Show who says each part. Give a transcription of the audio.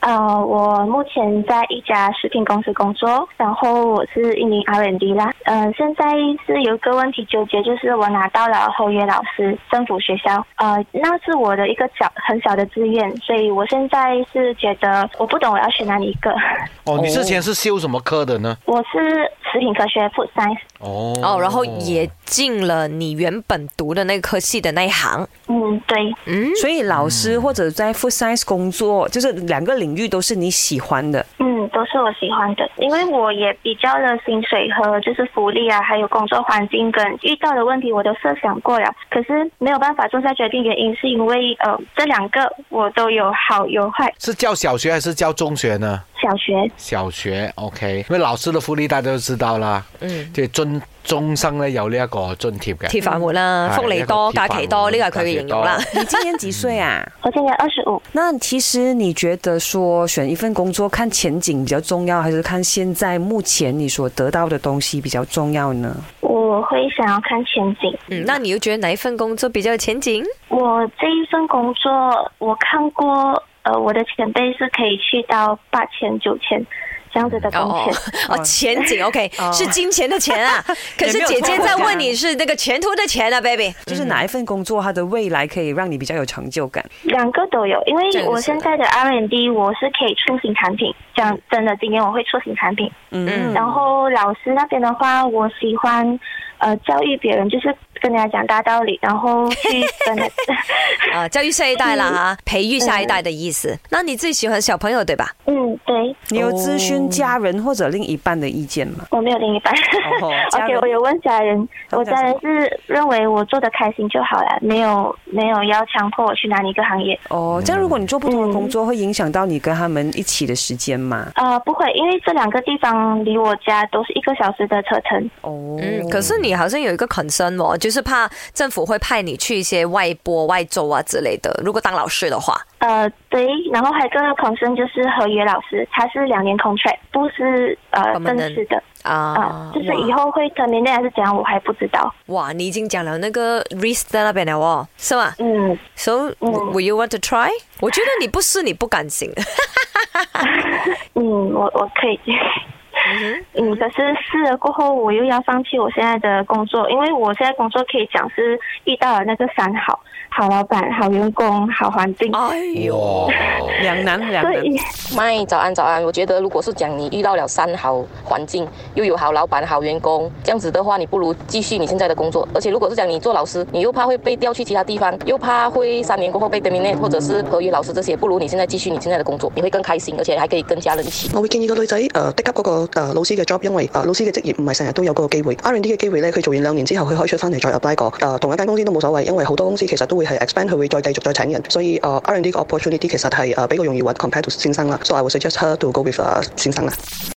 Speaker 1: 呃，我目前在一家食品公司工作，然后我是一名 R&D 啦。呃，现在是有一个问题纠结，就是我拿到了侯约老师政府学校，呃，那是我的一个小很小的志愿，所以我现在是觉得我不懂我要选哪里一个。
Speaker 2: 哦，你之前是修什么科的呢？
Speaker 1: 我是食品科学 Food Science，
Speaker 2: 哦
Speaker 3: 哦，然后也进了你原本读的那科系的那一行。
Speaker 1: 嗯，对，
Speaker 3: 嗯，
Speaker 4: 所以老师或者在 food science 工作，就是两个领域都是你喜欢的。
Speaker 1: 嗯，都是我喜欢的，因为我也比较了薪水和就是福利啊，还有工作环境跟遇到的问题，我都设想过了。可是没有办法做下决定，原因是因为呃，这两个我都有好有坏。
Speaker 2: 是教小学还是教中学呢？
Speaker 1: 小学，
Speaker 2: 小学 OK，因为老師嘅福利大家都知道啦，
Speaker 3: 嗯，
Speaker 2: 即係津中生咧有呢一個津貼嘅。
Speaker 3: 鐵飯碗啦，嗯
Speaker 2: 係
Speaker 3: 福利
Speaker 2: 一個鐵飯
Speaker 3: 多，假
Speaker 2: 碗
Speaker 3: 期多，呢個係佢嘅形容啦
Speaker 2: 假。
Speaker 4: 你今年几岁啊？
Speaker 1: 我今年二十五，
Speaker 4: 那其实你觉得说选一份工作看前景比较重要，还是看现在目前你所得到的东西比较重要呢？
Speaker 1: 嗯我会想要看前景。
Speaker 3: 嗯，那你又觉得哪一份工作比较有前景？
Speaker 1: 我这一份工作，我看过，呃，我的前辈是可以去到八千、九千这样子的工钱。
Speaker 3: 哦，前景 OK，是金钱的钱啊。可是姐姐在问你是那个前途的钱啊，baby。
Speaker 4: 就是哪一份工作它的未来可以让你比较有成就感？
Speaker 1: 两个都有，因为
Speaker 3: 这样
Speaker 1: 我
Speaker 3: 子的
Speaker 1: 现在的 R&D 我是可以出行产品，讲真的，今年我会出行产品。
Speaker 4: 嗯，
Speaker 1: 然后老师那边的话，我喜欢呃教育别人，就是跟人家讲大道理，然后去跟
Speaker 3: 啊，教育下一代啦哈，培育下一代的意思。那你最喜欢小朋友对吧？
Speaker 1: 嗯，对
Speaker 4: 你有咨询家人或者另一半的意见吗？
Speaker 1: 我没有另一半。
Speaker 4: 哦家
Speaker 1: OK，
Speaker 4: 人
Speaker 1: 我有问家人，
Speaker 4: 他
Speaker 1: 我
Speaker 4: 们讲
Speaker 1: 家
Speaker 4: 什么
Speaker 1: 人是认为我做的开心就好了，没有没有要强迫我去哪里一个行业。
Speaker 4: 哦，这样如果你做不同的工作，会影响到你跟他们一起的时间吗？
Speaker 1: 呃，不会，因为这两个地方离我家都是一个小时的车程。
Speaker 4: 哦，
Speaker 3: 嗯，可是你好像有一个 concern 哦，就是怕政府会派你去一些外播、外州啊之类的。如果当老师的话，
Speaker 1: 呃，对，然后还有一个 concern 就是合约老师，他是两年 contract，不是呃
Speaker 3: Permanent
Speaker 1: 正式的啊、
Speaker 3: 啊，
Speaker 1: 就是以后会 terminate 还是怎样，我还不知道。
Speaker 3: 哇，你已经讲了那个 risk 在那边了哦，是吗
Speaker 1: 嗯，
Speaker 3: ？So will you want to try？我觉得你不是你不敢行，
Speaker 1: 嗯，我我可以。 嗯，可是试了过后，我又要放弃我现在的工作，因为我现在工作可以讲是遇到了那个三好：好老板、好员工、好环境。
Speaker 3: 哎呦，
Speaker 2: 哇，
Speaker 4: 两难两
Speaker 1: 所
Speaker 4: 难。
Speaker 1: 以，
Speaker 5: 麦，早安早安。我觉得如果是讲你遇到了三好环境，又有好老板、好员工，这样子的话，你不如继续你现在的工作。而且如果是讲你做老师，你又怕会被调去其他地方，又怕会三年过后被 terminate 或者是合约老师这些，不如你现在继续你现在的工作，你会更开心，而且还可以跟家人一起。
Speaker 6: 我會建議個女仔誒 pick up 嗰個呃老師嘅 job，因為誒、呃老師嘅職業唔係成日都有嗰個機會。R&D 嘅機會咧，佢做完兩年之後，佢可以出翻嚟再 apply 過。誒、呃同一間公司都冇所謂，因為好多公司其實都會係 expand，佢會再繼續再請人。所以誒、呃 R&D 嘅 opportunity 其實係誒比較容易揾 compared to 呃先生啦。So I would suggest her to go with 誒先生啦。